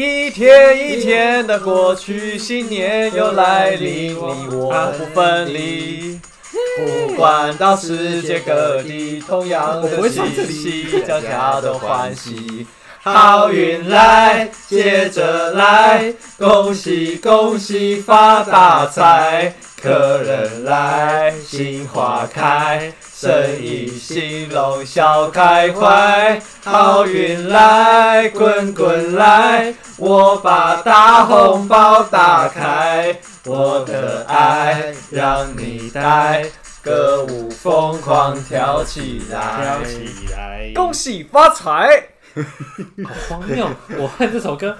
一天一天的过去，新年又来临，你我不分离。不管到世界各地，同样的气息，大家都欢喜。好运来，接着来，恭喜恭喜发大财！客人来，心花开，生意兴隆笑开怀。好运来，滚滚来，我把大红包打开，我的爱让你带，歌舞疯狂跳起来飘，起来，恭喜发财！ 好荒谬！我恨这首歌。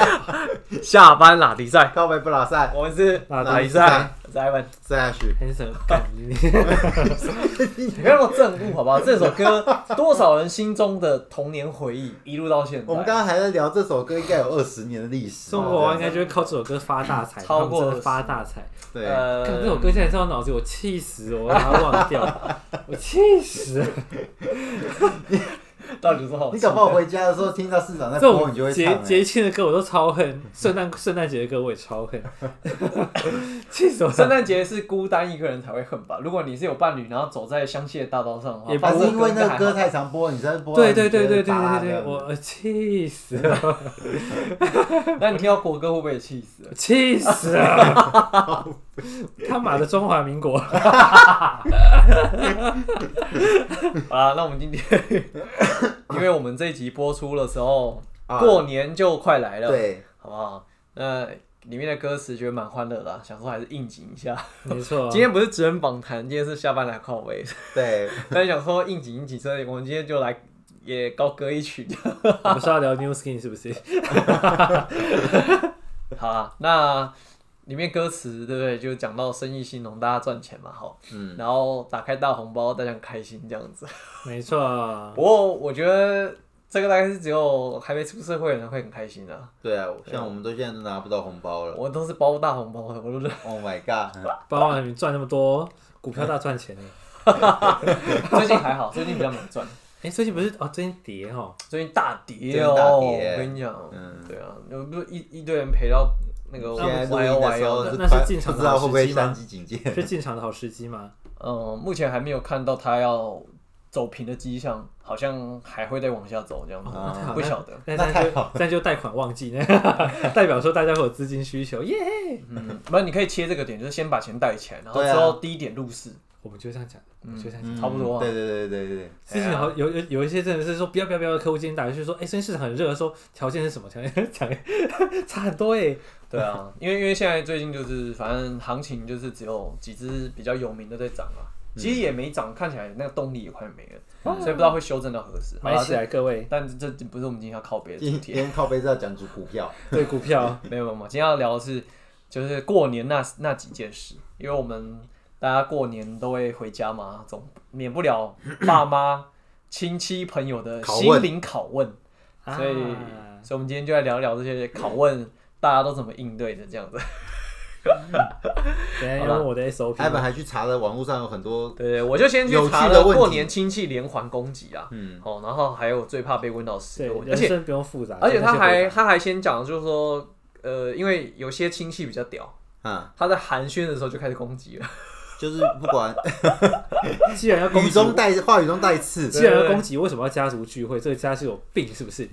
下班啦，比赛。告白不老散，我们是哪哪一比赛赛？来问，这下去。很什么感你你不要那么憎恶好不好？这首歌多少人心中的童年回忆，一路到现在。我们刚刚还在聊这首歌，应该有二十年的历史。中国应该就会靠这首歌发大财，超过他们真的发大财。对，呃，看这首歌现在在我脑子里，我气死我，把它 忘掉，我气死了。到底有多好？你搞不好回家的时候听到市长在这播，你就种会节唱。欸欸节庆的歌我都超 恨，圣诞圣诞节的歌我也超恨，气死我圣了。诞节是孤单一个人才会恨吧？如果你是有伴侣，然后走在香榭大道上的话，也不放但这是首因为那个歌应该还太常播，你在播。对对对对对你觉得拔对对对，这我样呃气死 了，好，那你听到国歌会不会也气死了？气死了！ 他妈的中华民国， 啊，那我们今天， 因为我们这一集播出的时候，啊过年就快来了，，对，好不好？那里面的歌词觉得蛮欢乐的啊，想说还是应景一下。啊没错。今天不是职人访谈，今天是下班来靠位，对， 但是想说应景应景，所以我们今天就来也高歌一曲。 我们是要聊 New Skin 是不是？好啦，那里面歌词对不对？就讲到生意兴隆，大家赚钱嘛，好，嗯，然后打开大红包，大家很开心这样子。没错。不过我觉得这个大概是只有还没出社会的人会很开心的、啊，对啊，像我们都现在都拿不到红包了。我都是包大红包的，我都 是 Oh my god！包含你赚那么多，股票大赚钱呢。最近还好，最近比较没赚，哎、最近不是哦，最近跌哦， 最近大跌最近哦，大跌我跟你讲，嗯对啊，有不是一一堆人赔到那个现在录歪腰音歪的时腰候的，是那是进不场的知道会不会时机吗三级警戒。 是进场的好时机吗？嗯，目前还没有看到它要走平的迹象，好像还会再往下走这样子，哦那太好不晓得。 那那那太就好那就贷款旺季，那 代表说大家会有资金需求，耶、嗯，不然你可以切这个点，就是先把钱带起来，然后对之啊后低点入市。我们就这样讲，我们就这样讲。嗯差不多啊对对对对对对，之前好有有有一些真的是说不要不要不要，客户今天打过去说，哎、最近市场很热，说条件是什么？条 件讲差很多哎、对啊，因为因为现在最近就是反正行情就是只有几只比较有名的在涨啊，其实也没涨，看起来那个动力也快没了，所以不知道会修正到何时。好买啦起来各位，这但这这不是我们今天要靠别的主今题，天靠背是要讲出股 票。对股票没有没有，没有今天要聊的是就是过年那那几件事，因为我们大家过年都会回家嘛，总免不了爸妈、亲戚、朋友的拷心问灵拷问。啊所以，所以我们今天就来聊聊这些拷问，大家都怎么应对的这样子。等一下好要啦问我的 SOP 艾吗本还去查了网络上有很多，对，我就先去有趣查的了问题过年亲戚连环攻击啊，嗯，哦，然后还有最怕被问到十对个问，题，而人且生不用复杂，而且真的他是复杂还他还先讲，就是说，呃，因为有些亲戚比较屌，啊，他在寒暄的时候就开始攻击了， 就是不管既然要攻语击我中带话语中带刺，既然要攻击，为什么要家族聚会？这个家是有病是不是？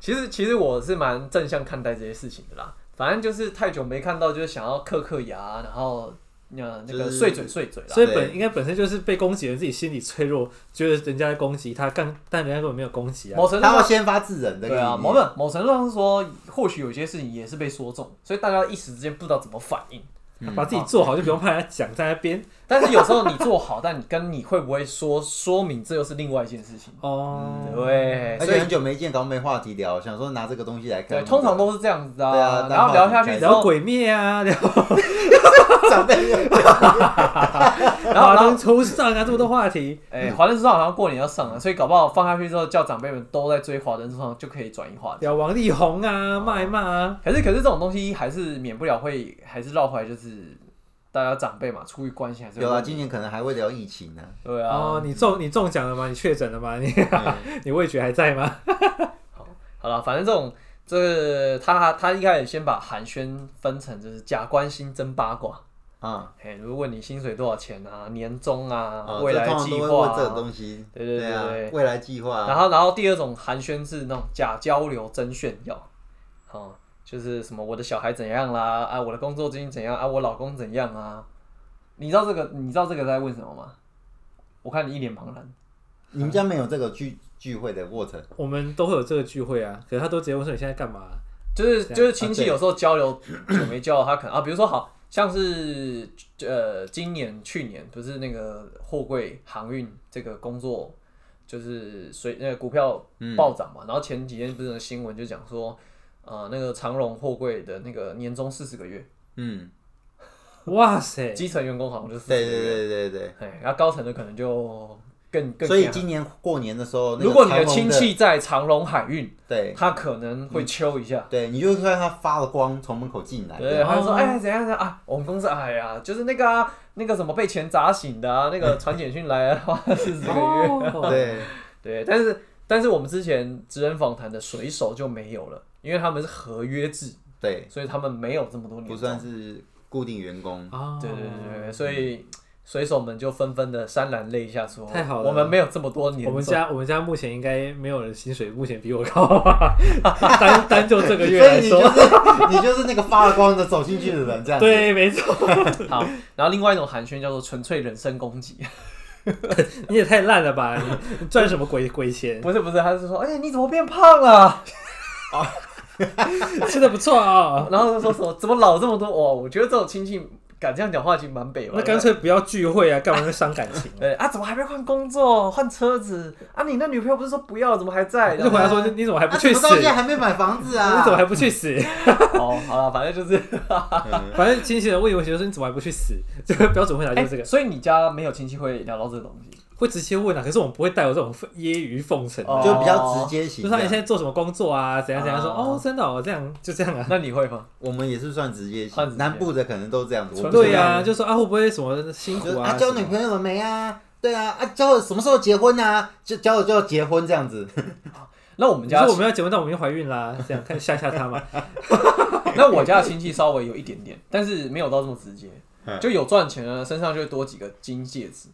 其实其实我是蛮正向看待这些事情的啦，反正就是太久没看到，就是想要磕磕牙，然后呃那个就是碎嘴碎嘴啦。所以本应该本身就是被攻击的人自己心理脆弱，觉得人家在攻击他，但但人家根本没有攻击啊。某程度他上要先发制人的，对啊，某本某程度上是说，或许有些事情也是被说中，所以大家一时之间不知道怎么反应。把自己做好就不用怕人家讲在那边但是有时候你做好，但你跟你会不会说说明，这又是另外一件事情。哦。嗯对，而所且以很久没见，搞没话题聊，想说拿这个东西来看。对，通常都是这样子对啊然后聊下去之聊后，鬼灭啊，聊 长辈，然后华然后 灯初上啊，这么多话题。哎，华灯初上好像过年要上了，所以搞不好放下去之后，叫长辈们都在追华灯初上，就可以转移话题。聊王力宏啊，骂一骂啊，可是可是这种东西还是免不了会还是绕回来，就是大家长辈嘛，出于关心还是会有啊，问今年可能还会聊疫情呢。对啊，哦，你中你 中奖了吗？你确诊了吗？你你味觉还在吗？好了，反正这种这个他他一开始先把寒暄分成就是假关心真八卦，啊，哎，如果你薪水多少钱啊，年终啊，哦未这来通常计都会划问这种啊，东西，对对对啊对，未来计划啊，然后然后第二种寒暄是那种假交流真炫耀，哦、就是什么我的小孩怎样啦，啊，我的工作最近怎样啊，我老公怎样啊，你知道这个你知道这个在问什么吗？我看你一脸茫然，你们家没有这个聚聚会的过程，我们都会有这个聚会啊，可是他都直接问说你现在干嘛、就是这样就是亲戚啊对有时候交流久没交流，他可能啊，比如说好像是呃，今年去年不是那个货柜航运这个工作，就是随那个股票嗯暴涨嘛，然后前几天不是有新闻就讲说，呃，那个长荣货柜的那个年终四十个月，嗯，哇塞，基层员工好像就40对个对月，对对对。哎，然后高层的可能就更更所以偏今年过年的时候，那个如果你的长隆亲戚在长荣海运，对嗯他可能会秋一下。对，你就看他发了光从门口进来，对，他就说哦哎怎样怎样啊，我们公司哎呀，就是那个啊，那个什么被钱砸醒的啊，那 个传简讯来的话是这个月，哦对， 对，但是但是我们之前职人访谈的水手就没有了，因为他们是合约制，对，所以他们没有这么多年终，不算是固定员工，哦对对对对，所以水手们就纷纷的潸然泪下说，太好了我们没有这么多年终，我们家我们家目前应该没有人薪水目前比我高吧？单单就这个月来所以说，你就是 你就是那个发了光的走进去的人，这样子，对，没错，好，然后另外一种寒暄叫做纯粹人身攻击，你也太烂了吧？你你赚什么鬼鬼钱？不是不是，他是说，哎、你怎么变胖了？ 吃的不错啊、然后就说什么怎么老这么多？哇，我觉得这种亲戚敢这样讲话，其实蛮北吧。？那干脆不要聚会啊，干嘛那伤感情 对啊，怎么还没换工作、换车子啊？你那女朋友不是说不要，怎么还在？就回答说你你怎么还啊，不怎去么死？到现在你还没买房子啊？怎么还不去死？ 哦，好了，反正 就是，嗯反正亲戚人问你问题就说你怎么还不去死？ 这个标准回答啊就是这哎个，所以你家没有亲戚会聊到这个东西，会直接问啊。可是我们不会带有这种揶揄奉承的，啊哦就比较直接型就这说样？你现在做什么工作啊？怎样怎样？说哦哦，真的哦，这样就这样啊。那你会吗？我们也是算直接算直型，接南部的可能都这样子，我不对知道哎呀、就说啊，会不会什么辛就苦是啊？啊，交什么女朋友了没啊？对啊，啊，交了什么时候结婚啊？就交了就要结婚这样子，那我们你家说，我们要结婚，但我们又怀孕啦，这样看吓 吓他嘛。 那我家的亲戚稍微有一点点，但是没有到这么直接，嗯就有赚钱了，身上就会多几个金戒指，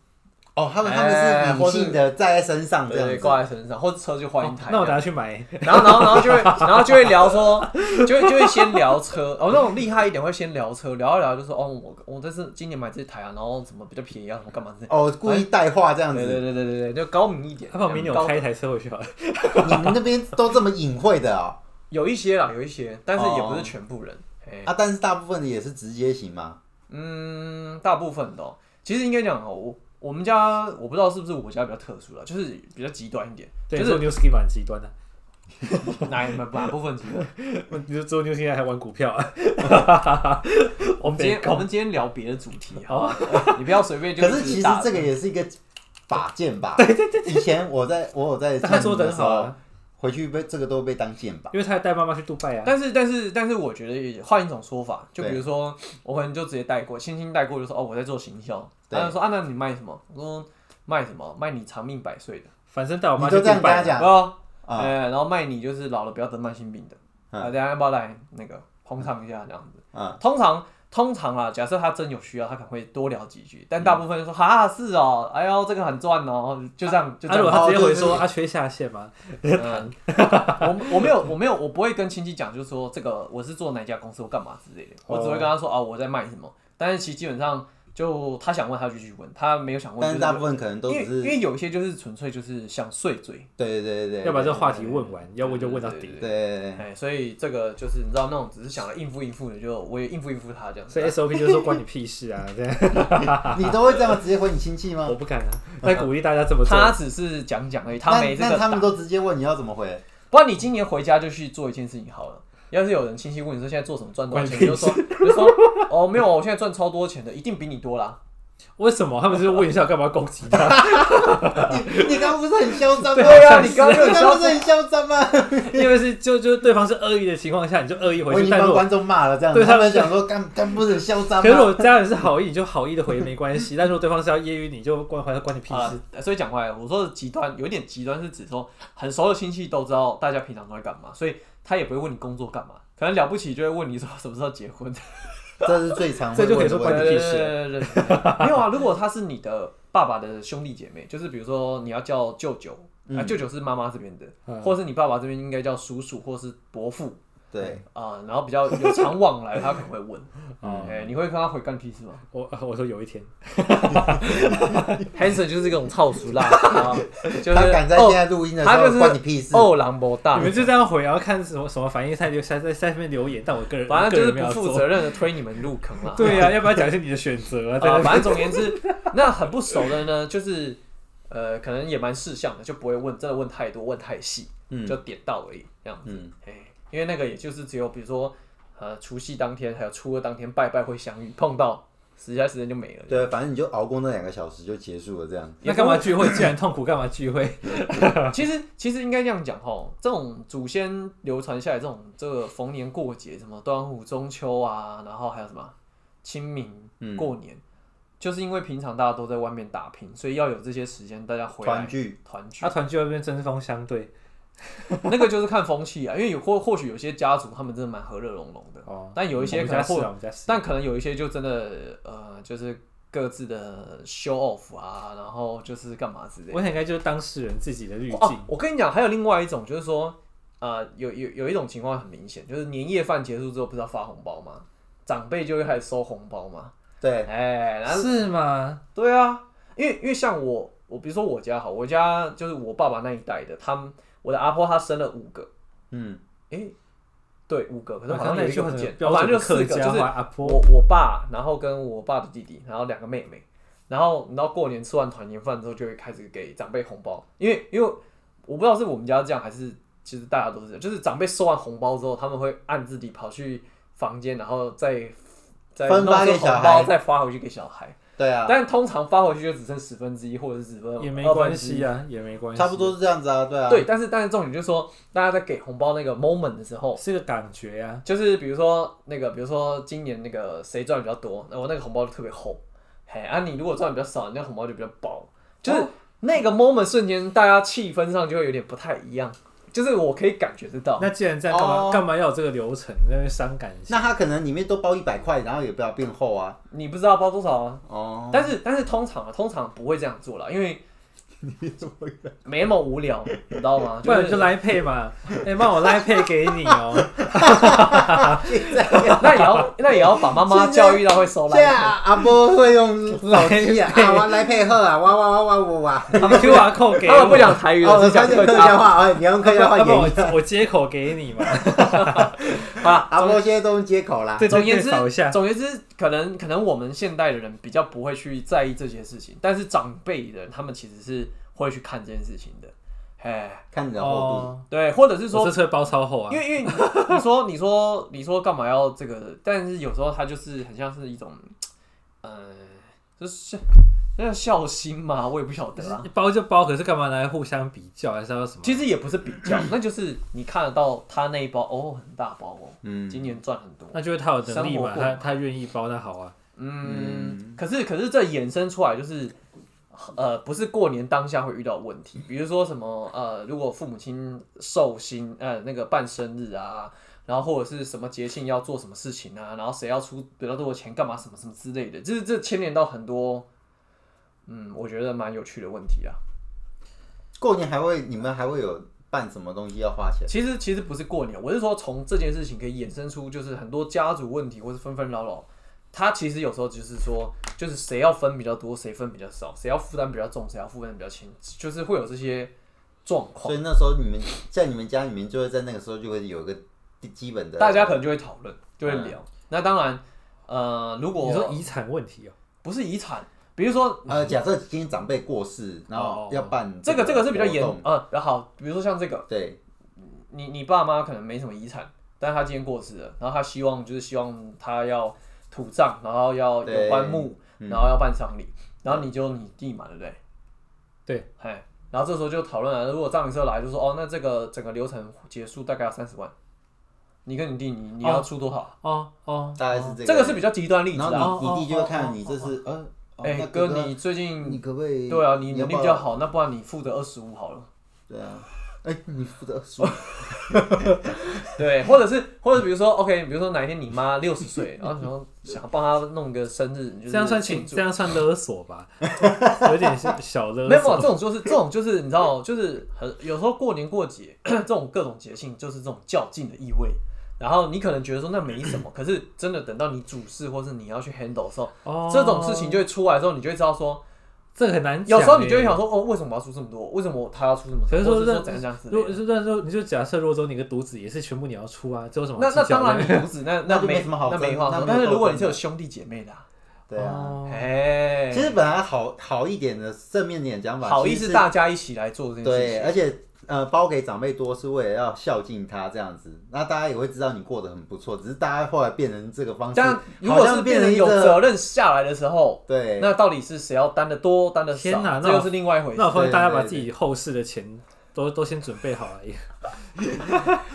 哦，他们他哎们是或理是性的戴在身嗯上这样对，子，挂在身上，或者车就换一台。哦那我等下去买。然后，然后，然后就会，然后就会聊说，就会就会先聊车。哦，那种厉害一点会先聊车，聊一聊就说，哦，我我这是今年买这台啊，然后怎么比较便宜啊，什么干嘛之类哦，故哎意带话这样的。对对子。对对对对，就高明一点。他旁边有高开一台车回去好了。你们那边都这么隐晦的哦，有一些啦，有一些，但是也哦不是全部人。哎，啊，但是大部分的也是直接型嘛。嗯，大部分的哦、其实应该讲哦，我我们家我不知道是不是我家比较特殊了，就是比较极端一点，对，就做是 New Skin 蛮极端的， 哪哪哪部分极 端？你就做 New Skin 还玩股票啊？ 我们今天被我告们今天聊别的主题，好吧？ 你不要随便就哦可一是直其实打这个也是一个法剑吧？对对对。以前我在我有在但他做的的很时好候，啊，回去被这个都被当剑吧。因为他还带妈妈去杜拜啊。但是但是但是，我觉得也换一种说法，就对啊比如说，我可能就直接带过，轻轻带过，就说哦，我在做行销。对他就说啊，那你卖什么？我说卖什么？卖你长命百岁的。反正带我妈你去都杜这样跟他拜，然讲后啊？哎，然后卖你就是老了不要得慢性病的。嗯啊，等一下要不要来那个捧场一下这样子？嗯，通常通常啊，假设他真有需要，他可能会多聊几句，但大部分就说哈是哦，哎呦这个很赚哦，就这样就啊，这如样果。他直接回说哦对对对啊，缺下线嘛，嗯， 我我没有我没有我不会跟亲戚讲，就是说这个我是做哪家公司，我干嘛之类的，我只会跟他说哦啊、我在卖什么。但是其实基本上就他想问他就去问，他没有想问，但是大部分分可能都因为只因是为有一些就是纯粹就是想碎嘴，对对对对，要把这个话题问完，要问就问到底。对对 对哎，所以这个就是你知道那种只是想来应付应付的，就我也应付应付他这样子。啊所 以 SOP 就是说关你屁事啊，这样对，你都会这样直接回你亲戚吗我？不敢啊。但鼓励大家这么做。他只是讲讲而已，他那没这那个他们胆。都直接问你要怎么回？不然你今年回家就去做一件事情好了。要是有人亲戚问你说现在做什么赚多少钱，你就说你就说哦没有，我现在赚超多钱的，一定比你多啦。为什么他们就是问一下干嘛攻击他？ 你你刚刚不是很嚣张吗？对啊你你刚刚就很刚刚不是很嚣张吗？因为是就就对方是恶意的情况下，你就恶意我回已经去。但如帮果观众骂了这样，对他他们想说干干不是很嚣张 可是吗？我家人是好意，你就好意的回没关系。但如果对方是要揶揄你，就关怀关你屁啊事。，所以讲回来，我说的极端有一点极端是指说，很熟的亲戚都知道大家平常都在干嘛，所以他也不会问你工作干嘛，可能了不起就会问你说什么时候结婚。这是最常这会就可以问说的关问你题。屁事对对对对对没有啊，如果他是你的爸爸的兄弟姐妹，就是比如说你要叫舅舅，啊，舅舅是妈妈这边的，嗯或是你爸爸这边应该叫叔叔或是伯父对，啊、然后比较有常往来，他可能会 问，嗯哎、你会跟他回干屁事吗我我说有一天， ？Hanson 就是这种操俗啦， 啊就是哦他赶在现在录音的时他就候是关你屁事。哦，狼博大你，们就这样回，然后看什么什么反应，在留在在下面留言，但我个人反正就是个人没不有负做责任的推你们入坑啦。对呀、要不要讲一下你的 选择啊？在啊，那反正总而言之，那很不熟的呢，就是呃，可能也蛮事项的，就不会问，真的问太多，问太细，嗯就点到而已这样子。嗯，哎、因为那个也就是只有比如说呃除夕当天，还有初二当天拜拜会相遇，碰到其他时间就没 了。对，反正你就熬过那两个小时就结束了，这样。那干嘛聚会？既然痛苦，干嘛聚会？其实其实应该这样讲哈，这种祖先流传下来这种这个逢年过节，什么端午、中秋啊，然后还有什么清明、嗯过年，就是因为平常大家都在外面打拼，所以要有这些时间大家回来团聚，团聚他，团聚外面针锋相对 那个就是看风气啊，因为有或或许有些家族他们真的蛮和乐融融的，哦，但有一些我们可能家是或啊，我们家是，但可能有一些就真的呃，就是各自的 show off 啊，然后就是干嘛之类的。我想应该就是当事人自己的滤哦镜，，我跟你讲，还有另外一种，就是说，呃，有有有一种情况很明显，就是年夜饭结束之后，不是要发红包吗？长辈就会开始收红包嘛。对，哎，然后是吗？对啊，因为因为像我，我比如说我家好，我家就是我爸爸那一代的，他们我的阿婆她生了五个，嗯，哎，对，五个，可是好刚像才有一啊个就不很见，标反正准就的四客个，家就是话阿婆，我我爸，然后跟我爸的弟弟，然后两个妹妹，然后你知道过年吃完团年饭之后，就会开始给长辈红包，因为因为我不知道是我们家这样，还是其实大家都是这样，就是长辈收完红包之后，他们会暗自己跑去房间，然后再再分发弄出给小红包孩再发回去给小孩。对啊，但通常发回去就只剩十分之一或者是十分也没二分关之一系啊，也没关系，差不多是这样子啊，对啊。对，，但是但是重点就是说，大家在给红包那个 moment 的时候，是个感觉啊呀、就是比如说那个，比如说今年那个谁赚的比较多，那我那个红包就特别厚。嘿，啊，你如果赚的比较少，你那个红包就比较薄。哦就是那个 moment 瞬间，大家气氛上就会有点不太一样。就是我可以感觉得到，那既然这样，干嘛哦干嘛要有这个流程？在那边伤感情。那他可能里面都包一百块，然后也不要变厚啊。你不知道包多少啊。 哦，但是但是通常啊，通常不会这样做了，因 为没那么无聊，你知道吗？不然就来，来配嘛， 哎，帮我来配给你哦。那也要那也要把妈妈教育到会收对烂。啊，阿波会用手机 啊，啊哇来配合啊，哇哇哇哇哇哇。他们 QR 扣给他们我不，讲台语哦，了，我只讲发现客家话，哦哎，你要用客 家话 要不然演。我我接口给你嘛。好啦阿波现在都用接口啦。对总而对言对，之扫一下，。总而言之，可能可能我们现代的人比较不会去在意这些事情，但是长辈的人他们其实是会去看这件事情的。哎，看你的货哦，对，或者是我说这，车包超厚啊因。为因为你你说你说你说干嘛要这个？但是有时候他就是很像是一种，呃，就是那叫孝心嘛，我也不晓得啊。包就包，可是干嘛拿来互相比较？还是要什么？其实也不是比较，那就是你看得到他那一包哦，很大包哦，嗯今年赚很多，那就是他有能力生嘛，活过他嘛他愿意包，那好啊。嗯，可是可是这衍生出来就是，呃，不是过年当下会遇到的问题，比如说什么呃，如果父母亲寿星呃那个办生日啊，然后或者是什么节庆要做什么事情啊，然后谁要出比较多的钱干嘛什么什么之类的，就是这牵连到很多，嗯，我觉得蛮有趣的问题啊。币，过年还会你们还会有办什么东西要花钱？其实其实不是过年，我是说从这件事情可以衍生出，就是很多家族问题或是纷纷扰扰。他其实有时候就是说，就是谁要分比较多，谁分比较少，谁要负担比较重，谁要负担比较轻，就是会有这些状所况，以那时候你们在你们家里面就会在那个时候就会有一个基本的，大家可能就会讨论，就会聊。那当然，呃，如你说果遗产问题哦，不是遗产，比如说呃，假设今天长辈过世，然哦后要办这个这个是比较活严动，呃，好，比如说像这个，对，你你爸妈可能没什么遗产，但是他今天过世了，然后他希望就是希望他要土葬，然后要有对棺木，嗯然后要办丧礼，然后你就你弟嘛，对不对？对，哎，然后这时候就讨论了，如果葬仪社来就说哦，那这个整个流程结束大概要三十万，你跟你弟你你要出多少？哦哦，大概是这个。这个是比较极端例子然啊。后你哦你弟就会哦哦看你这是呃，哦哎、那哥，哥你最你近可不可以？对啊，你要能力不比要较好，那不然你负责二十五好了。对啊，哎，你负 责数，对，或者是或者比如说 OK，比如说哪一天你妈六十 岁，然后想要想要帮她弄个生日，就是这样算庆请，祝这。样算勒索 吧，有点是小勒没有，没有索。这种就是这种就是你知道，就是很有时候过年过节 这种各种节庆，就是这种较劲的意味。然后你可能觉得说那没 什么，可是真的等到你主事或是你要去 handle 的时候，哦这种事情就会出来的时候，你就会知道说，这个很难讲有欸。时候你就会想说，哦，为什么我要出这么多？为什么他要出这么多？可是或说者是那说怎样怎样之如类果的。是那时候，你就假设如果说你个独子也是全部你要出啊，这有什么那好那计较当然，的你独子那那那就没没什么好那争没话那说。没有但是如斗果争你是有的兄弟姐妹的啊，对啊。哦哎，其实本来好好一点的正面点讲法，好意其实思是大家一起来做这件事对，情。而且呃，包给长辈多是为了要孝敬他这样子，那大家也会知道你过得很不错，只是大家后来变成这个方式，但如果好是像变成成一有个责任下来的时候，对，那到底是谁要担的多，担的少天哪？那这又是另外一回事那我发现大家对对把对自己后事的钱都都先准备好了，也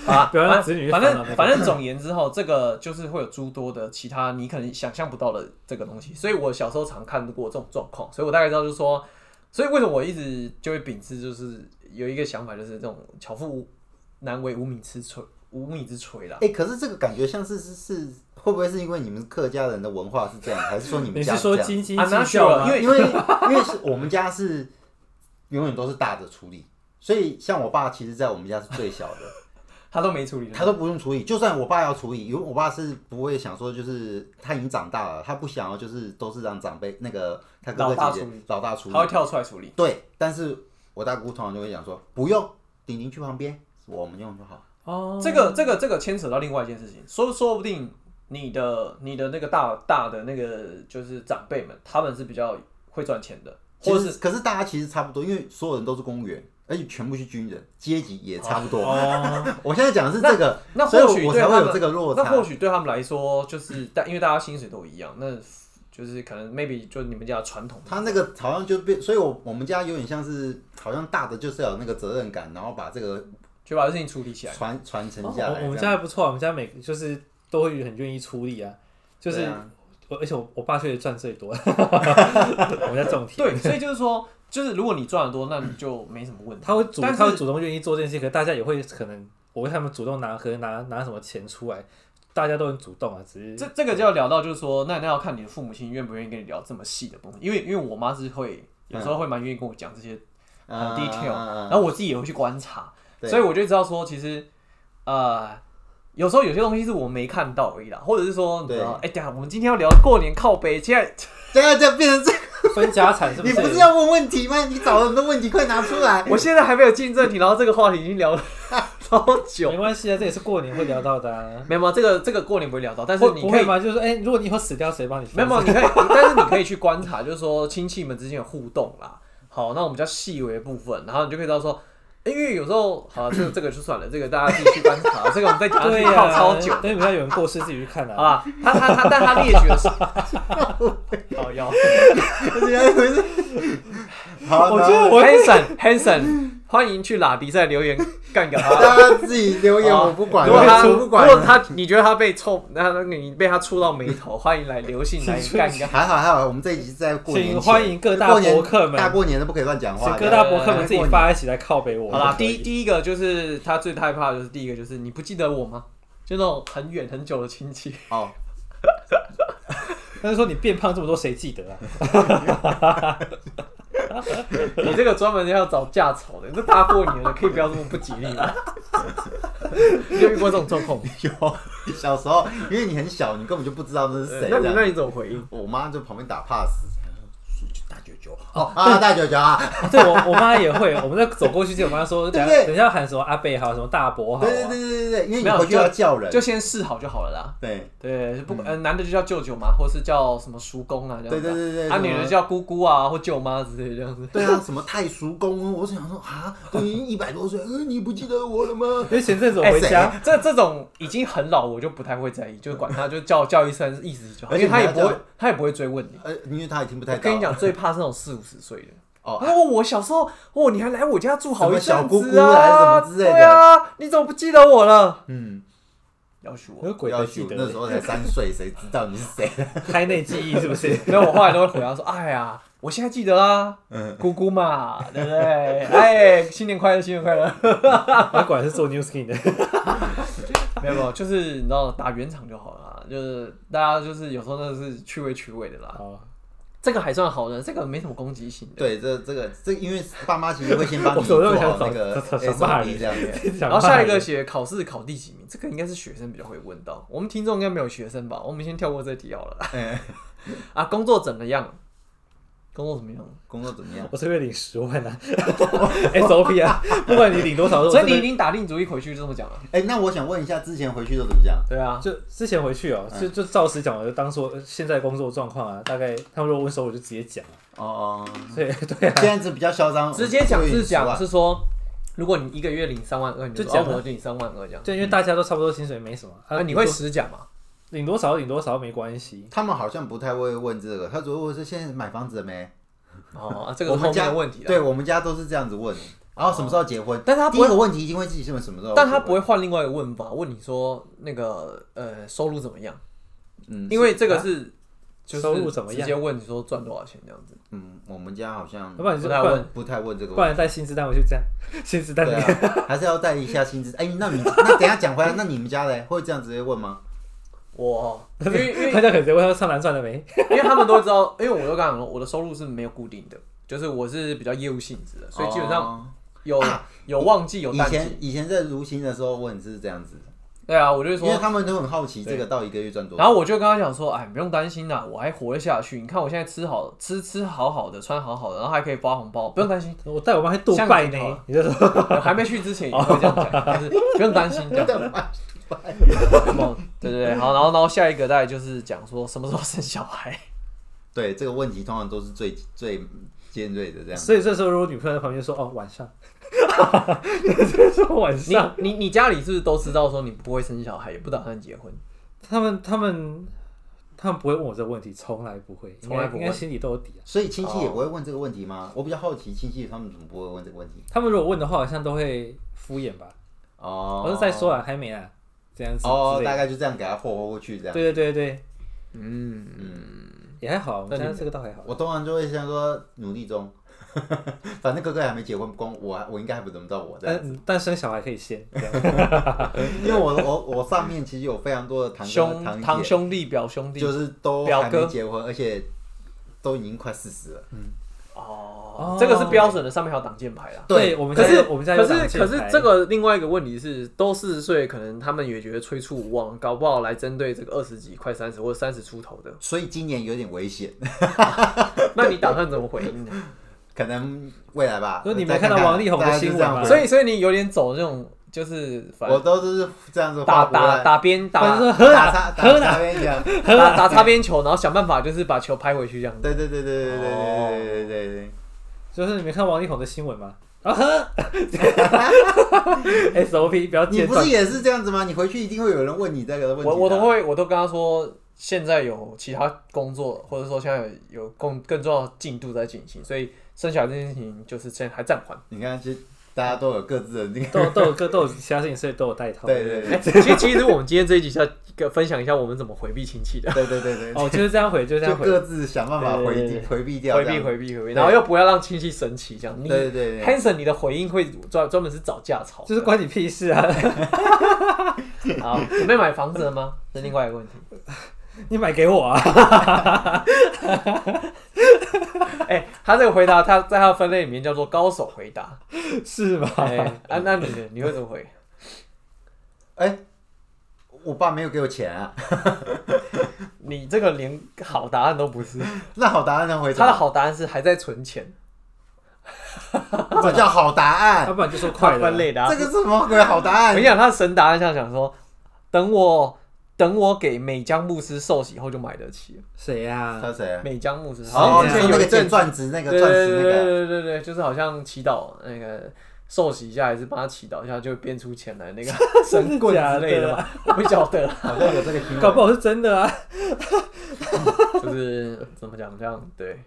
啊。不要让子女去反烦恼那正个反正总言之后，这个就是会有诸多的其他你可能想象不到的这个东西。所以我小时候常看过这种状况，所以我大概知道就是说，所以为什么我一直就会秉持就是有一个想法，就是这种巧妇无难为无米之炊，无米之炊啦。哎、可是这个感觉像是是是，会不会是因为你们客家人的文化是这样，还是说你们你家是说这样斤斤啊那计是我较吗因？为因为因为是我们家是永远都是大的处理，所以像我爸其实在我们家是最小的。他都没处理，他都不用处理，就算我爸要处理，因为我爸是不会想说，就是他已经长大了，他不想要就是都是让长辈那个他哥老大哥姐姐处理老大处理他，会跳出来处理。对。但是我大姑通常就会讲说，不用，顶顶去旁边，我们用就好。哦，这个这个这个牵扯到另外一件事情，说说不定你的你的那个大大的那个就是长辈们，他们是比较会赚钱的，或者其实可是大家其实差不多，因为所有人都是公务员，而且全部是军人，阶级也差不多。 我现在讲的是这个，哦那所以或许我对才他会们有这个落那差或。许对他们来说，就是但因为大家薪水都一样，那就是可能 maybe 就是你们家的传统，他那个好像就变，所以我我们家有点像是好像大的就是要有那个责任感，然后把这个就把这事情处理起来。传传承哦下来。我我们这家样还不错啊，我们家每就是都会很愿意出力啊，就对是啊我而且我我爸确实赚最多， 我们家种田，对，所以就是说，就是如果你赚得多，那你就没什么问题。他会主但是他会主动愿意做这件事，可大家也会可能我为他们主动拿可能拿拿什么钱出来，大家都很主动啊，只是这这个就要聊到，就是说，那那要看你的父母亲愿不愿意跟你聊这么细的部分，因为因为我妈是会有时候会蛮愿意跟我讲这些很啊 detail，、然嗯后我自己也会去观察，对所以我就知道说，其实呃，有时候有些东西是我没看到而已啦，或者是说，你知道，哎、等一下我们今天要聊过年靠背，现 在。这样这啊变成这，分家产是你是？不是要问问题吗？你找了很多问题，快拿出来我现在还没有进正题，然后这个话题已经聊了超 久，没关系啊，这也是过年会聊到的啊。没有没有，这个这个过年不会聊到，但是会你不可会以。吗？就是说哎、如果你以后死掉，谁帮你没分？有，没有你可以，但是你可以去观察，就是说亲戚们之间的互动啦。好，那我们比较细微的部分，然后你就可以知道说，诶因为有时候好，这个这个就算了，这个大家自己去观 察，这个我们再讲下对啊去呀、靠超久等你们家有人过世自己去看啊。啊。他他他，但他列举的是， 好要我觉得不是。好，我觉得我 Hanson Hanson，欢迎去拉迪赛留言干掉然后他。大家自己留言，好 我不管，如果他我不管如果。他你觉得他被臭，那那你被他触到眉头，欢迎来留信来干掉。还好还 好，我们这一集是在过年前，请欢迎各大过年博客们大过年的不可以乱讲话请的。各大博客们自己发一起来靠北我。好啦，可第以一第一个就是他最害怕的就是第一个就是你不记得我吗？就那种很远很久的亲戚，哦，但是说你变胖这么多，谁记得啊？ 你这个专门要找架吵的，这大过年的可以不要这么不吉利吗？你有遇过这种状况吗？有小时候，因为你很小，你根本就不知道那是谁。那你这样那你怎么回应？我妈就旁边打 pass，大舅舅哦啊，大舅舅啊，对我我妈也会，我们在走过去之前，我妈说，对等不一对下等一下喊什么阿贝好，什么大伯好啊，对对对对对，因为没你有回去要叫人，就先示好就好了啦。对对，不，呃，男的就叫舅舅嘛，或是叫什么叔公啊，这样子啊。嗯对对对对啊，什么女的叫姑姑啊，或舅妈之类的这样子。对啊，什么太叔公，我想说啊，都已经一百多岁，呃，你不记得我了吗？因为前阵子我回家，哎啊这这种已经很老，我就不太会在意，就管他，就叫叫一声意思就好，而因且为他也你还不会叫，他也不会追问你。呃，因为他也听不太我到。跟你讲，最怕是那种四五十岁的。哦，哦，我小时候，哦，你还来我家住好一阵子啊，什么小姑姑啊什么之类的对啊，你怎么不记得我了？嗯，要许有我，鬼要才记去那时得，候才三岁，谁知道你是谁？ 胎内记忆是不是？ 没有，我后来都会回答说，哎呀，我现在记得啦，嗯，姑姑嘛，对不对？哎，新年快乐，新年快乐！他果然是做 New Skin 的，没有没有，就是你知道打圆场就好了啦，就是大家就是有时候真的是趣味趣味的啦。好，这个还算好的，这个没什么攻击性的。对，这这个这，因为爸妈其实会先帮你我怎做么那么想好找那个找找骂 SOP 人这样子。然后下一个写考试考第几名，这个应该是学生比较会问到，我们听众应该没有学生吧？我们先跳过这题好了。嗯， 啊，工作怎么样？工作怎么样？工作怎么样？我随便领十万啊 ，SOP 啊，不管你领多少，所以你已我真的经打定主意回去就这么讲了。哎，那我想问一下，之前回去都怎么讲？对啊，就之前回去哦，嗯就就照实讲，我就当说呃现在工作状况啊，大概他们如果问时候我就直接讲啊，哦哦，所以嗯 对啊这，样子比较嚣 张，直接讲是我讲会是说，如果你一个月领三万二，你就就讲讲我了就领三万二这样。就因为大家都差不多薪水没什么，啊，你会实讲吗？领多少领多少没关系，他们好像不太会问这个，他只会问是现在买房子了没？哦，啊这个我是后面们家的问题了。对我们家都是这样子问，然后什么时候结婚？但是他第不一会个问题一定会记什么什么时候结婚？但他不会换另外一个问法，问你说那个呃收入怎么样？嗯，因为这个是就是收入怎么直样接？问你说赚多少钱这样子。嗯，我们家好像啊要不然你就不太问不太问这个不问题。然带薪资单回去这样， 薪资单对 啊，还是要带一下薪资。哎、那你那等一下讲回来，那你们家嘞会这样直接问吗？我因为因为大家可能问他上篮赚了没？。因为他们都会知道，因为我就刚讲了，我的收入是没有固定 的，就是我是比较业务性质的，所以基本上哦有有旺季有以淡前季。以前在如新的时候问是这样子，对啊，我就会因说为他们都很好奇这个到一个月赚多少。然后我就跟他讲说，哎，不用担心啦，我还活得下去。你看我现在吃好吃吃好好的，穿好好的，然后还可以发红包，不用担心我带我妈去杜拜像你呢，你就说我还没去之前也会这样 讲，但是不用担心这样。 嗯对对对，好，然后然后下一个大概就是讲说什么时候生小孩。对这个问题，通常都是最最尖锐的这样。所以这时候如果女朋友在旁边说哦晚上， 就说晚你上，你你家里是不是都知道说你不会生小孩，也不打算结婚？他们他们他们不会问我这个问题，从来不会，从来不会应该心里都有底啊。所以亲戚也不会问这个问题吗？我比较好奇亲戚他们怎么不会问这个问题。他们如果问的话，好像都会敷衍吧。哦，我是在说啊，还没啊，这样子哦之，类的大概就这样给他霍霍过去这样。对对对对，嗯，也还好，我们那家你这个倒还好。我通常就会先说努力中， 反正哥哥还没结婚，光我我应该还不轮不到我这样。但但生小孩可以先，这样呃因为我我我上面其实有非常多的堂哥兄堂堂姐，兄弟表兄弟就是都表还哥没结婚，而且都已经快四十了。哦，这个是标准的，上面还有挡箭牌啦。对，我们家可是有我们家有可挡是箭可是牌这个另外一个问题是，都四十岁，可能他们也觉得催促无望，搞不好来针对这个二十几、快三十或者三十出头的所以今年有点危险， 那你打算怎么回应呢？可能未来吧。所以你没再看看到王力宏的大概就新闻这样吗回所以所以你有点走那种就是反我正都是这样子打划过打来打边啊反正打说喝打啦擦喝打啦，擦边讲。打打擦边球，然后想办法就是把球拍回去这样子。对对对对对对哦对对对对对。就是你没看王力宏的新 闻吗？啊呵，SOP 不要你见不断是。也是这样子吗？你回去一定会有人问你这个问题的我啊。我都会我都跟他说，现在有其他工作，或者说现在有有更更重要的进度在进行，所以生小孩这件事情就是现在还暂缓。你看，其实大家都有各自的那个。都有都有各都有其他事情，所以都有带套。对对对哎，其实其实我们今天这一集是要跟分享一下我们怎么回避亲戚的，对对对对，哦，就是这样回，就是这就样回。各自想办法对回对避对回避掉。回避。回避回避，然后又不要让亲戚生气，这样。你对对对对。 Hanson，你的回应会专专门是找架吵的，就是关你屁事啊！好，准备买房子了吗？这是另外一个问题。你买给我啊！ 哎，他这个回答，他在他的分类里面叫做高手回答。是吗？哎，啊，那你呢？你会怎么回？哎、我爸没有给我钱啊， 你这个连好答案都不是，那好答案能回他的答，好答案是还在存钱，这叫好答要案，不然就说快他分了。类答案这个是什么鬼好答我跟案你？讲，他的神答案像想说，等我等我给美江牧师受洗后就买得起了。谁呀？他谁啊？美江牧师，哦，好你像之说前那有个一阵子，捡钻石那个对钻对对石那个，对对对，就是好像祈祷那个受洗一下，还是帮他祈祷一下，就变出钱来那个神棍之类的吧，我不晓得，好像有这个新搞闻。不好是真的啊！ 就是怎么讲这样对。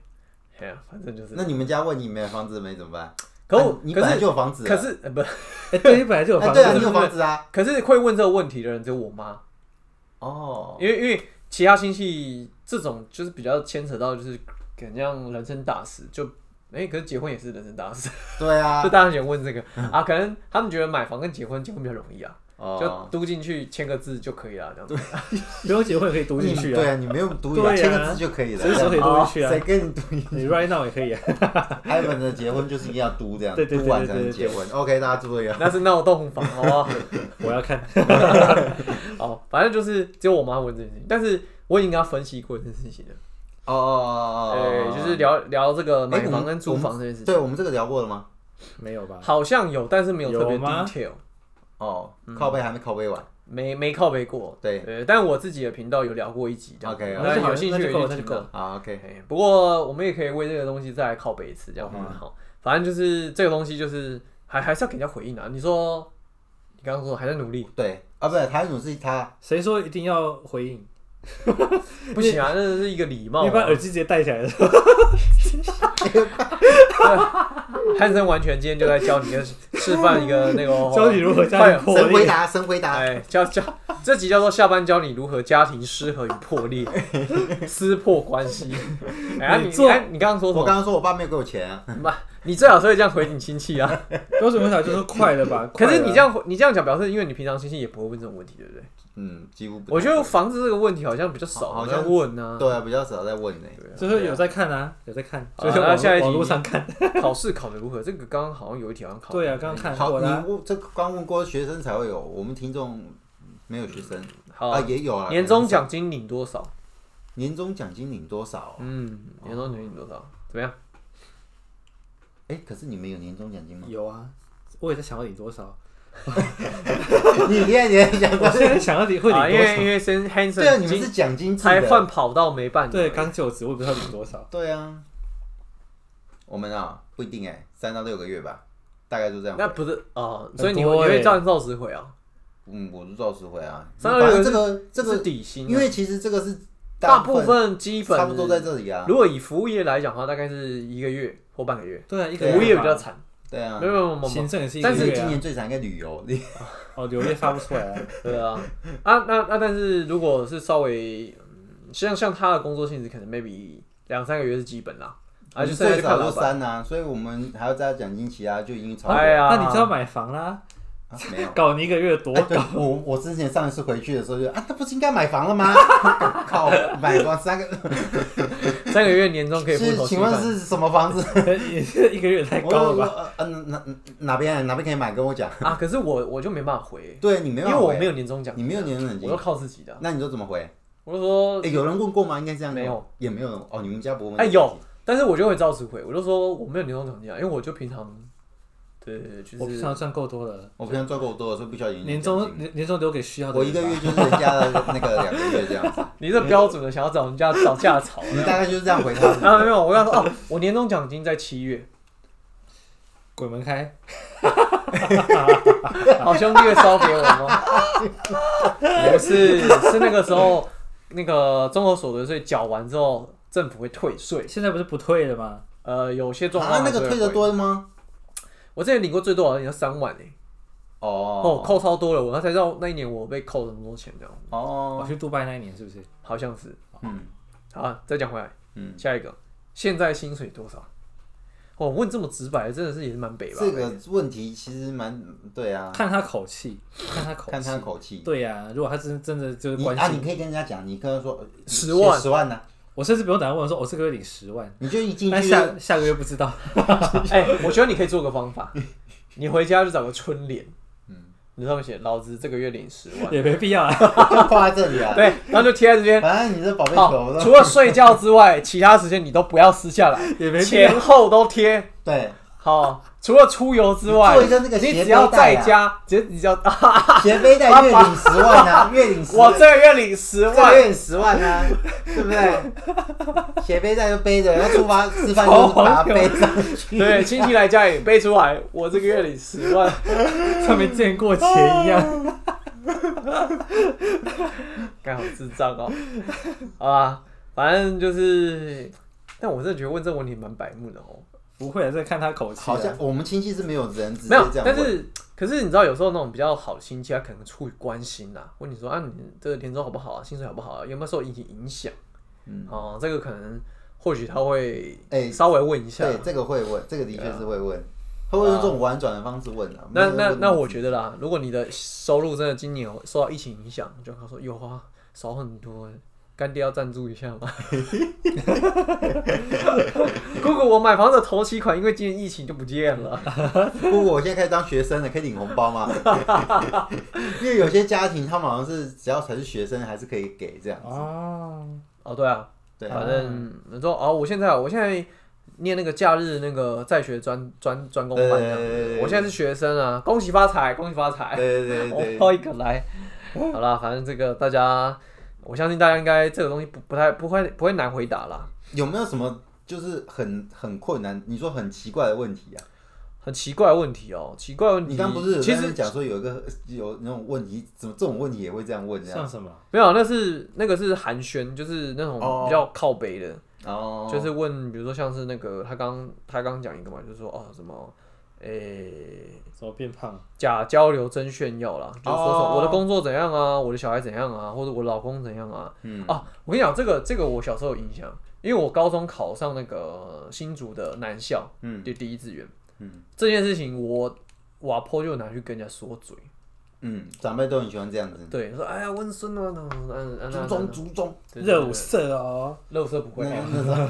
哎呀，反正就是那，你们家问你没有房子没怎么办？可啊我你可本来是就有房子啊，可是呃不，哎，对你本来就有哎房对啊，你子，有房子啊？可是会问这个问题的人只有我妈，哦，因为因为其他亲戚这种就是比较牵扯到就是可能这样人生大事就。哎、可是结婚也是人生大事，对啊嗯就，大家喜欢问这个啊。可能他们觉得买房跟结婚结婚比较容易啊，就哦，嘟进去签个字就可以了，这样子。不用结婚也可以读进去嗯啊，对啊，你没有读对啊签个字就可以了，哦随时都可以读进去啊谁跟你读进去？你 right now 也可 以啊。他们的结婚就是一定要嘟这样，对对对嘟完才能对对结对婚。OK，大家注意啊。那是闹洞房，好不 好？我要看，哦，反正就是只有我妈问这件事情，但是我已经跟她分析过这件事情了。哦哦哦对，哦，就是聊聊这个买哎我房们跟租房这件事情，对我们这个聊过了吗？没有吧？好像有，但是没有特别有吗 detail，哦，靠背还没靠背完。没没靠背过。对对，但我自己的频道有聊过一集这样子 OK，OK 大那就家好有兴趣那就够也去了那就听够啊了。好，OK，哎不过我们也可以为这个东西再来靠背一次，这嗯样很好。反正就是这个东西，就是还还是要给人家回应啊。你说你刚刚说还在 努力，对啊，不是台主是他，谁说一定要回应？不行啊，那是一个礼貌你把啊。耳机直接戴起来了，汉森完全今天就在教 你跟示范一个那个教你如何加哦快油破神回裂。答，神回答。哎，教教这集叫做下班教你如何家庭失和与破 裂、撕破关系。哎，啊、你你做哎你刚刚说什我么？刚刚说我爸没有给我钱啊，妈，你最好是会这样回你亲戚啊。标准回答就是快了吧？ 可啊是你这样，样回你这样讲，表示因为你平常亲戚也不会问这种问题，对不对？嗯，几乎不太我会。觉得房子这个问题好像比较少好人在像问啊。对啊，比较少在问呢。就是有在看啊，有在看，好就是那网下一题网络上看。考试考得如何？这个刚刚好像有一题好像考得对啊，刚刚看好，过你啦。问这个刚问过学生才会有，我们听众没有学生好啊，啊。也有啊。年终奖金领多少？年终奖金领多少？嗯，年终奖金领多少？怎么样？哎，可是你们有年终奖金吗？有啊，我也在想要领 多少，你现在也想我现在想要领会啊，因领为因多少？为 Sen- 对啊， Hanson 你已们是经奖金制才的。换跑道没半年， 对，刚就职，我也不知道领多少。对啊，我们啊不一定哎、三到六个月吧，大概就这样回。那不是啊、所以很你会多你欸会照照实回啊？嗯，我是照实回啊。三到六个反月正这个这是个，底薪啊、因为其实这个是大部部分基本差不多在这里啊。如果以服务业来讲的话，大概是一个月或半个月。对啊，一个对服务业月比较惨，对啊没，有没有没有没行有，政也是一个但是你月今啊。年最惨应该旅游，你哦，流业发不出来啊。 对啊，啊那那但是如果是稍微，嗯，像像他的工作性质，可能 maybe 两三个月是基本啦， 啊就剩下最就看少老就板。三啊，所以我们还要加奖金期啊，就已经超过哎呀，那你 就要买房啦，啊没有。搞你一个月多哎，对，我我之前上一次回去的时候就啊，他不是应该买房了吗？ 靠，买房三个三个月年终可以付是头期请问款，是什么房子？也是 一个月太高了吧？吧？呃，哪哪哪边哪边可以买？跟我讲。啊？可是我我就没办法回，对你没因有，为我没有，年终奖，你没有年终奖我金都，靠自己的啊。那你都怎么回？我就说哎，有人问过吗？应该这样，没有，也没有哦。你们家不会问？哎有，但是我就会照实回，我就说我没有年终奖金啊，因为我就平常，对对对，我就平是常赚够多了，我平常赚够多了，所以不需要年年奖终金年年终留给需要的我人吧。一个月就是人家的那个两个月 这样子，你这标准的想要找人家找架 吵。你大概就是这样回 他。啊，没有，我跟他说哦，我年终奖金在七月，鬼门开，好兄弟会烧给我吗？不是，是那个时候那个综合所得税缴完之后，政府会退税，现在不是不退了吗？呃，有些状啊况，那个退的的，多 吗？我之前领过最多好像要三万诶，哦，哦扣超多了，我才知道那一年我被扣了那么多钱这样，我哦，去杜拜那一年是不是？好像是。 嗯好，再讲回来，嗯，下一个，现在薪水多少？哦，问这么直白，真的是也是蛮北吧？这个问题其实蛮对啊，看他口气，看他口气，看他口气。对呀、如果他真真的就是你关啊，心，你可以跟人家讲，你跟他说十万十万呢，我甚至不用打电话问说，我、这个月领十万，你就一进但去下下个月不知道， 哎、我觉得你可以做个方 法，你回家就找个春联，嗯，你上面写“老子这个月领十万也没必要 啊。就挂在这 里”，啊。对，然后就贴在这 边。反正你这宝贝好球，都除了睡觉之外，其他时间你都不要撕下来，也没必要前 后都贴。对，好，除了出游之外，你做一个那个斜背带你啊只要在家，只你只要、 啊、斜背带月领十万啊，月领十我万这。个月领十这个万，月领十万啊，对不 对？斜背带就背着，要出发吃饭就是把它背上去。对，亲戚来家里背出来，我这个月领十万。像没见过钱 一样。该好智障哦！ 啊，反正就是，但我真的觉得问这个问题蛮白目的哦。不会啊，这看他口气啊。好像我们亲戚是没有人直接没有，这样问，但是可是你知道，有时候那种比较好的亲戚，他可能出于关心呐、问你啊说啊，你这个年终好不好啊，薪水好不好啊，有没有受疫情影响？嗯哦，这个可能或许他会哎稍微问一下。对，这个会问，这个的确是会问，他会用这种婉转的方式问啊。啊那不是那问那我觉得啦，如果你的收入真的今年有受到疫情影响，就跟他说有啊，少很多欸，干爹要赞助一下吗？姑姑，我买房的头期款因为今年疫情就不见了，不过我现在开始当学生了，可以领红 包吗？因为有些家庭他们好像是只要才是学生，还是可以给这样。哦，哦对啊，对啊，反正你说哦，我现在我现在念那个假日那个在学专专专攻班这样对对对对子，对我现在是学生啊，恭喜发财，恭喜发财。哦对对对我对，抛一个来。好啦，反正这个大家，我相信大家应该这个东西不不太不会不会难回答啦。有没有什么就是很很困难？你说很奇怪的问题啊？很奇怪的问题哦、奇怪的问题。你刚不是其在那边实讲说有一个有那种问题，怎么这种问题也会这样问这样？像什么？没有，啊那是那个是寒暄，就是那种哦比较靠北的，哦，就是问，比如说像是那个他刚他刚讲一个嘛，就是说哦什么，诶、怎么变胖？假交流真炫耀啦，就是说什么哦我的工作怎样啊，我的小孩怎样啊，或者我老公怎样啊。嗯啊，我跟你讲，这个这个我小时候有印象，因为我高中考上那个新竹的南校，嗯就第一志愿，嗯这件事情我瓦坡就拿去跟人家说嘴，嗯，长辈都很喜欢这样子。对，说哎呀温孙啊，那那那祖那宗祖宗，热舞社哦，热舞社不会那啊，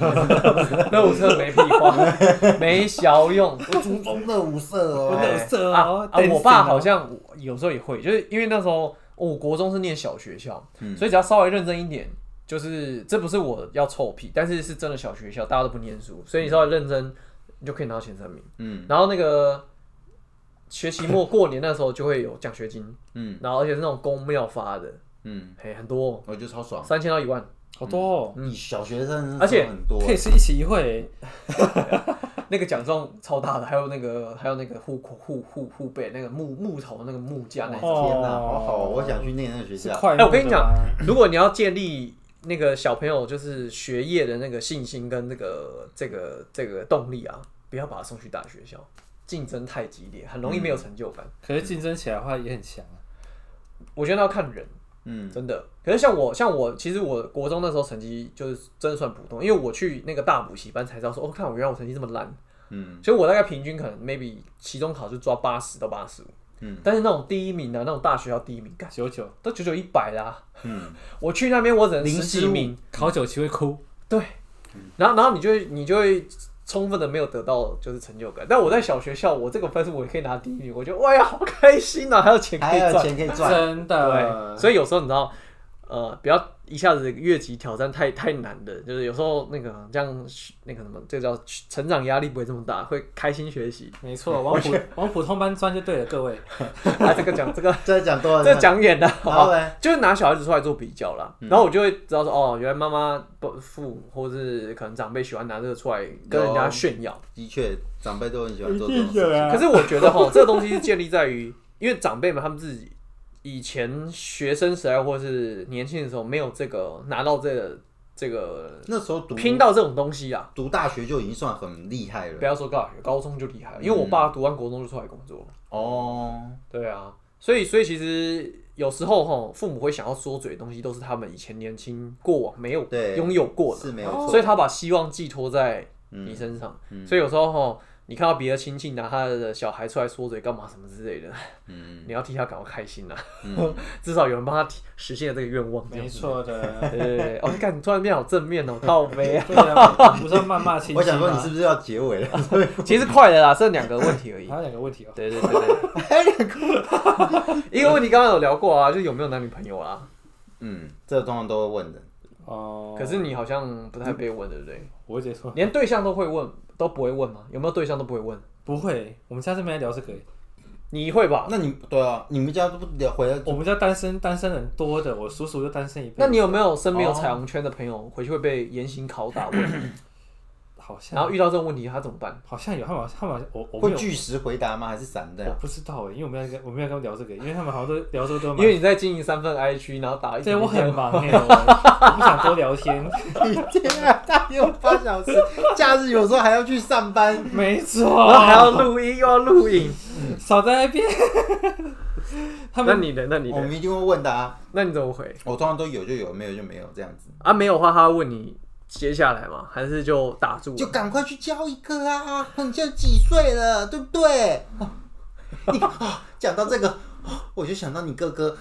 那时候热舞社没屁话， 没小 用。我祖宗的五色热 哦舞。社啊哦啊！我爸 dancing 哦好像有时候也会，就是因为那时候、哦我国中是念小学校，嗯所以只要稍微认真一点，就是这不是我要臭屁，但是是真的小学校，大家都不念书，所以你稍微认真，你就可以拿到前三名。嗯然后那个学期末过年那时候就会有奖学金，嗯然后而且是那种公庙发的，嗯，嘿，很多哦、我觉得超爽。三千到一万。好多哦，嗯，小学生而且很多，可以是一起一会，那个奖状超大的，还有那个还有那个护护护护背那个木木头那个木架那种。哦天哪，好好，我想去念那个学是校。快乐的吗。哎我跟你讲如果你要建立那个小朋友就是学业的那个信心跟那个这个这个动力啊，不要把他送去大学校，竞争太激烈，很容易没有成就感。可是竞争起来的话也很强啊。我觉得那要看人，嗯真的。可是像我，像我，其实我国中那时候成绩就是真的算普通，因为我去那个大补习班才知道说，哦，看我原来我成绩这么烂，嗯所以我大概平均可能 maybe 期中考就抓八十到八十五，嗯，但是那种第一名啊的、那种大学校第一名，干九九都九九一百啦，嗯，我去那边我只能零十失几误名，考九七会哭，对，然后然后你就会你就会充分的没有得到就是成就感。但我在小学校，我这个分数我也可以拿第一名，我觉得哇呀好开心啊，还有钱可还以有赚。钱可以赚。真的。对，所以有时候你知道，呃，不要一下子越级挑战太太难的，就是有时候那个这样那个什么，这个叫成长压力不会这么大，会开心学习。没错，往普往普通班钻就对了，各位。啊，这个讲这个这讲多了，这讲远了，好然吧后嗯嘞，就是拿小孩子出来做比较啦，然后我就会知道说，哦，原来妈妈、不父或是可能长辈喜欢拿这个出来跟人家有啊炫耀。的确长辈都很喜欢做这种事。可是我觉得哈，这个东西是建立在于，因为长辈们他们自己以前学生时代或是年轻的时候没有这个拿到这个这个那时候读拼到这种东西啊，读大学就已经算很厉害了不。要说大学，高中就厉害了，因为我嗯爸读完国中就出来工作了。哦，对啊，所以所以其实有时候哈，父母会想要说嘴的东西，都是他们以前年轻过往没有对拥有过的，是没有所错。以他把希望寄托在嗯你身上。所以有时候哈，你看到别的亲戚拿他的小孩出来说嘴干嘛什么之类的，嗯你要替他感到开心呐、嗯 至少有人帮他提实现了这个愿望。没错的。对对对，哦，看你突然变好正面哦，靠背 啊，对啊，不是要谩骂亲戚吗我想说，你是不是要结尾 了？其实快了啦，剩两个问题而已还。有两个问题哦。对对对对，一个问题刚刚有聊过啊，就是有没有男女朋友啊？嗯，这个通常都会问的。哦，可是你好像不太被问，对不对？我会直接说连对象都会问，都不会问吗？有没有对象都不会问？不会，我们家这边聊这个，你会吧？那你对啊，你们家都不聊回来哦我们家单身单身人多的，我叔叔就单身一辈子。那你有没有身边有彩虹圈的朋友回去会被严刑拷打问？好像然后遇到这种问题他怎么办？好像有，他们好像他们好像我我没会有，据实回答吗？还是散我啊的？不知道哎，因为我们要跟我们要跟他们聊这个，因为他们 好像都聊这个都蛮因为你在经营三份 I 区，然后打一对整我天很 忙哎，我我不想多聊天。 一天啊，大约有八 小时，假日有时候还要去上班。没然哦后还错，要录音又要录影。少在那边。 他那们你的那你我的们一定会问的啊。那你怎么回我通常都有就有，没有就没有这样子。啊？没有的话，他会问你接下来吗？还是就打住了？就赶快去交一个啊！你现在几岁了，对不 对？ 哦、你啊，讲、到这个、 哦我就想到你哥哥。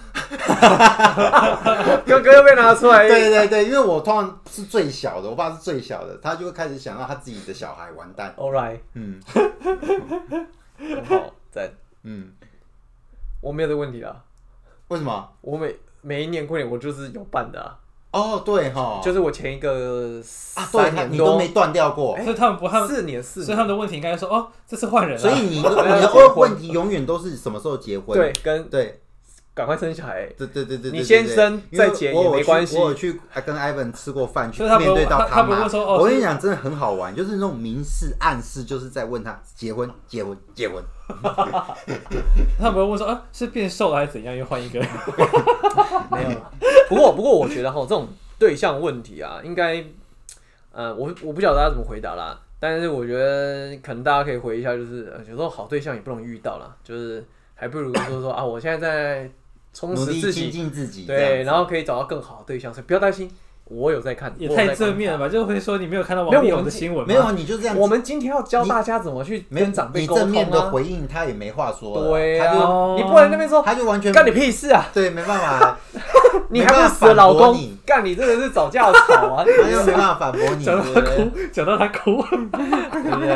哥哥又被拿出来，对对对，因为我通常是最小的，我爸是最小的，他就会开始想到他自己的小孩完蛋。 All right，嗯很好，赞。嗯，我没有这个问题啦，为什么？我每每一年过年我就是有办的、啊，哦，对哈，就是我前一个啊，对三他，年你多、哎都没断掉过，哦所以他们不，他们，四年四所以他年，们的问题应该说，哦，这次换人了，所以你的你结的婚问题永远都是什么时候结婚？对，跟对，赶快生小孩，对对对对，你先生对对对再结因为我也没关系我有去我有去跟 Ivan 吃过饭，去所以他不面对到他他不妈。会说哦我跟你讲，真的很好玩，就是那种明示暗示，就是在问他结婚结婚结婚。他们不会问说，啊，是变瘦了还是怎样，又 换一个人，没有 啦。不过不过，我觉得哈，这种对象问题啊，应该，呃，我我不晓得大家怎么回答啦。但是我觉得可能大家可以回一下，就是呃有时候好对象也不容易遇到啦，就是还不如说说啊，我现在在充努实力自精己，进自己，这对，样子然后可以找到更好的对象，所以不要担心，我有在看，也我有在太看正面了。吧？就会说你没有看到没有王力我宏的们新闻吗？没有啊，你就这样子，我们今天要教大家怎么去没有跟长辈你沟通正面的啊。回应，他也没话说了，对他啊就，你不能那边说他就完全干你屁事啊！对，没办法， 你还不死了老公？干你真的是找架吵 啊！他又没办法反 驳你，讲对不到他对？哭， 讲到他哭，嗯对不对？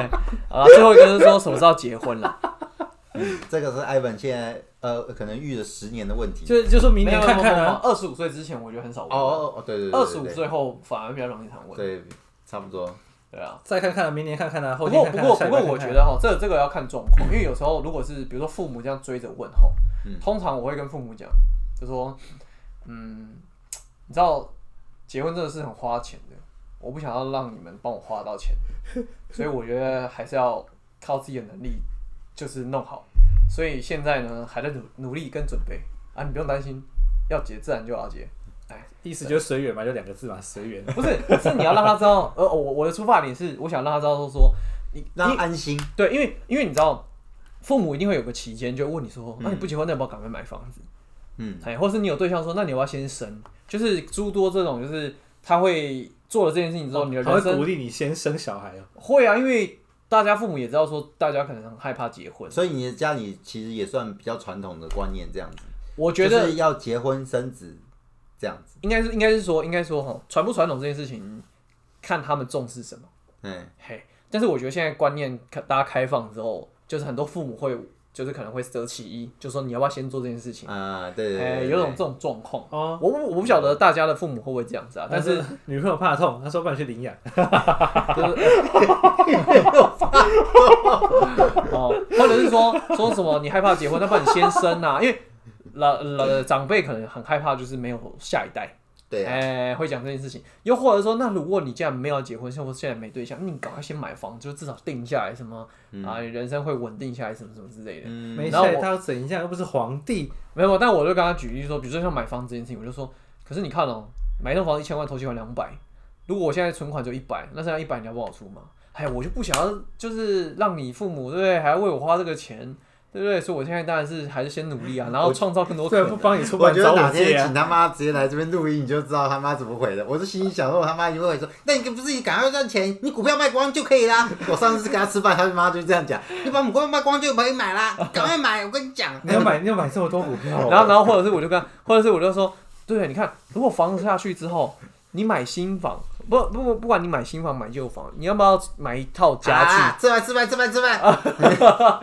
啊，最后一个是说什么时候要结婚 了？嗯这个是 Ivan 现在呃可能遇了十年的问题。就就说明年看看啊。二十五岁之前我觉得很少哦问，哦哦，对对对对，二十五对岁后反而比较容易常问。对，差不多。对啊。再看看啊，明年看看啊，后不天过看不看啊。过下不礼过，拜看看啊我觉得哈，这这个要看状况，因为有时候如果是比如说父母这样追着问哈，嗯通常我会跟父母讲，就说，嗯，你知道结婚真的是很花钱的，我不想要让你们帮我花到钱，所以我觉得还是要靠自己的能力，就是弄好。所以现在呢，还在努努力跟准备啊，你不用担心，要结自然就要结。哎，意思就是随缘嘛，就两个字嘛，随缘。不是，是你要让他知道，呃，我我的出发点是，我想让他知道说说，你让你他安心，对，因为因为你知道，父母一定会有个期间，就会问你说，那、你不结婚，那要不要赶快买房子？嗯，哎，或是你有对象说，那你要不要先生？就是诸多这种，就是他会做了这件事情之后，你的哦他会人鼓生励你先生小孩哦。会啊，因为大家父母也知道说，大家可能很害怕结婚。所以你的家里其实也算比较传统的观念，这样子，我觉得就是要结婚生子这样子，应该是应该是说，应该说哈，传不传统这件事情，看他们重视什么。嗯，嘿，但是我觉得现在观念开大家开放之后，就是很多父母会就是可能会择其一，就说你要不要先做这件事情。啊，对对哎、对，有种这种状况。哦，我我我不晓得大家的父母会不会这样子啊，但是他说女朋友怕痛，他说不然去领养。 哦，或者是说说什么你害怕结婚，那不然你先生啊，因为老老长辈可能很害怕，就是没有下一代，对啊，哎、会讲这件事情。又或者说，那如果你既然没有结婚，像我现在没对象，那你赶快先买房，就至少定下来什么、啊，人生会稳定下来什么什么之类的。嗯，没事然后我，他要怎样？又不是皇帝。没有，但我就跟他举例说，比如说像买房这件事情，我就说，可是你看哦，买一栋房一千万，头期款两百，如果我现在存款就一百，那剩下一百你要帮我出吗？哎，我就不想要，就是让你父母对不对，还要为我花这个钱，对不对？所以我现在当然是还是先努力啊，然后创造更 多可对，能。不帮 你出我门觉找得哪我借天啊请。他妈直接来这边录音，你就知道他妈怎么回的。我是心里想说，他妈一定会说，那你不是赶快赚钱，你股票卖光就可以啦。我上次跟他吃饭，他妈就这样讲，你把股票卖光就可以买 啦，赶快买，我跟你讲。你要买，你要买这么多股 票，啊然后，然后或者是我就跟他，或者是我就说，对，你看，如果房子下去之后，你买新房，不不不，不管你买新房买旧房，你要不要买一套家具？啊，吃饭吃饭吃饭吃啊饭，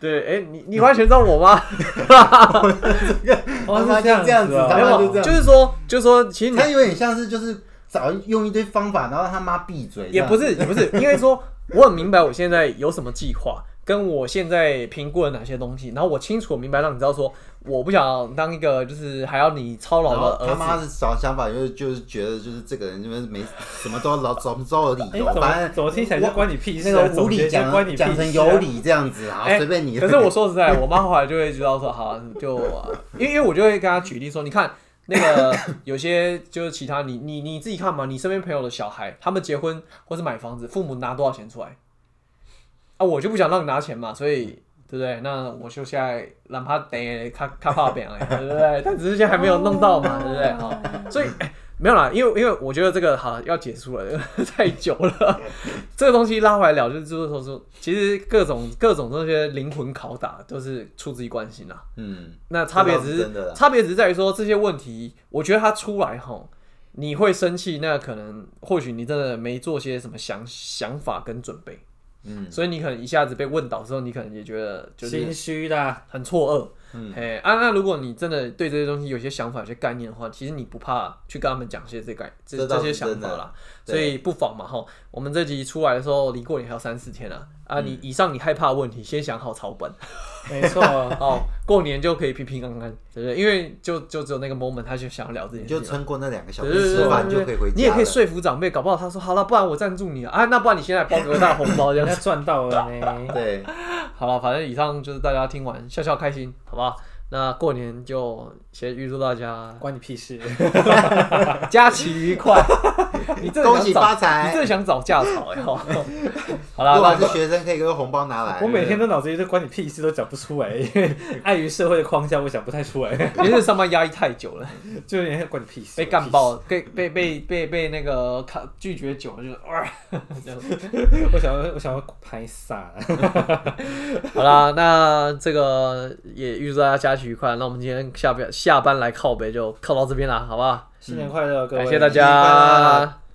对，哎、你你完全知道我 吗？哦，他妈是就这样子啊他没妈有就这，样就是说，就是说，其实你他有点像是就是找用一堆方法，然后让他妈闭嘴。也不是，也不是，应该说我很明白我现在有什么计划，跟我现在评估了哪些东西，然后我清楚明白让你知道说，我不想当一个就是还要你操然劳后的他儿妈子。的想想法就是就是觉得就是这个人就是没什么都老怎么都有理哎，由，怎反么正怎么听起来就关你屁事那啊？个无理讲讲关你屁事啊讲成有，理这样子啊，哎随便你。可是我说实在，我妈后来就会知道说，好，就啊因为因为我就会跟她举例说，你看那 个有些就是其他你你你自己看嘛，你身边朋友的小孩，他们结婚或是买房子，父母拿多少钱出来啊？我就不想让你拿钱嘛，所以。对不对？那我就现在让 哦他等，他他怕变哎，对不对？但只是现在还没有弄到嘛，对不对？好，所以哎 没有啦，因为因为我觉得这个好了要结束了， 太久 了。这个东西拉回来聊，就是就是说说，其实各种各种这些灵魂拷打都是出自一贯性啦。 嗯，那差别只这倒是是真的啦差别只是在于说这些问题，我觉得它出来吼，你会生气，那可能或许你真的没做些什么想想法跟准备，嗯，所以你可能一下子被问倒之后，你可能也觉得就是心虚啦，很错愕。嗯哎、啊，那如果你真的对这些东西有些想法、有些概念的话，其实你不怕去跟他们讲些这概这这倒这是些想真法的啦。对所以不妨嘛哈，我们这集出来的时候离过年还有三四天啊。啊，嗯你以上你害怕的问题，先想好草本没错， 哦，过年就可以平平安安，对不对？因为就就只有那个 moment，他就想要聊这你件就事情嘛。撑过那两个小对时对对吃饭，对对就可以对回家了。你也可以说服长辈，搞不好他说好了，不然我赞助你啊，啊那不然你现在包给我大红包这样人家子。赚到了呢。对，好了，反正以上就是大家听完笑笑开心，好不好？那过年就先预祝大家关你屁事！假期愉快！ 你这恭喜发财你这想找架吵 呀、欸！好如啦，果还那是学生，可以给我红包拿来。我每天都脑子里都关你屁事都讲不出来， 因为碍于社会的框架，我想不太出来， 也是上班压抑太久了，就有点关你屁事，被干 爆，被被被被被那个抗拒绝久了，就是 啊、这样关你屁事。我想要，我想要拍傻。好啦，那这个也预祝大家假期愉快。那我们今天下边下班来靠北就靠到这边啦，好不好？新年快乐，各位！感谢大新年快家乐，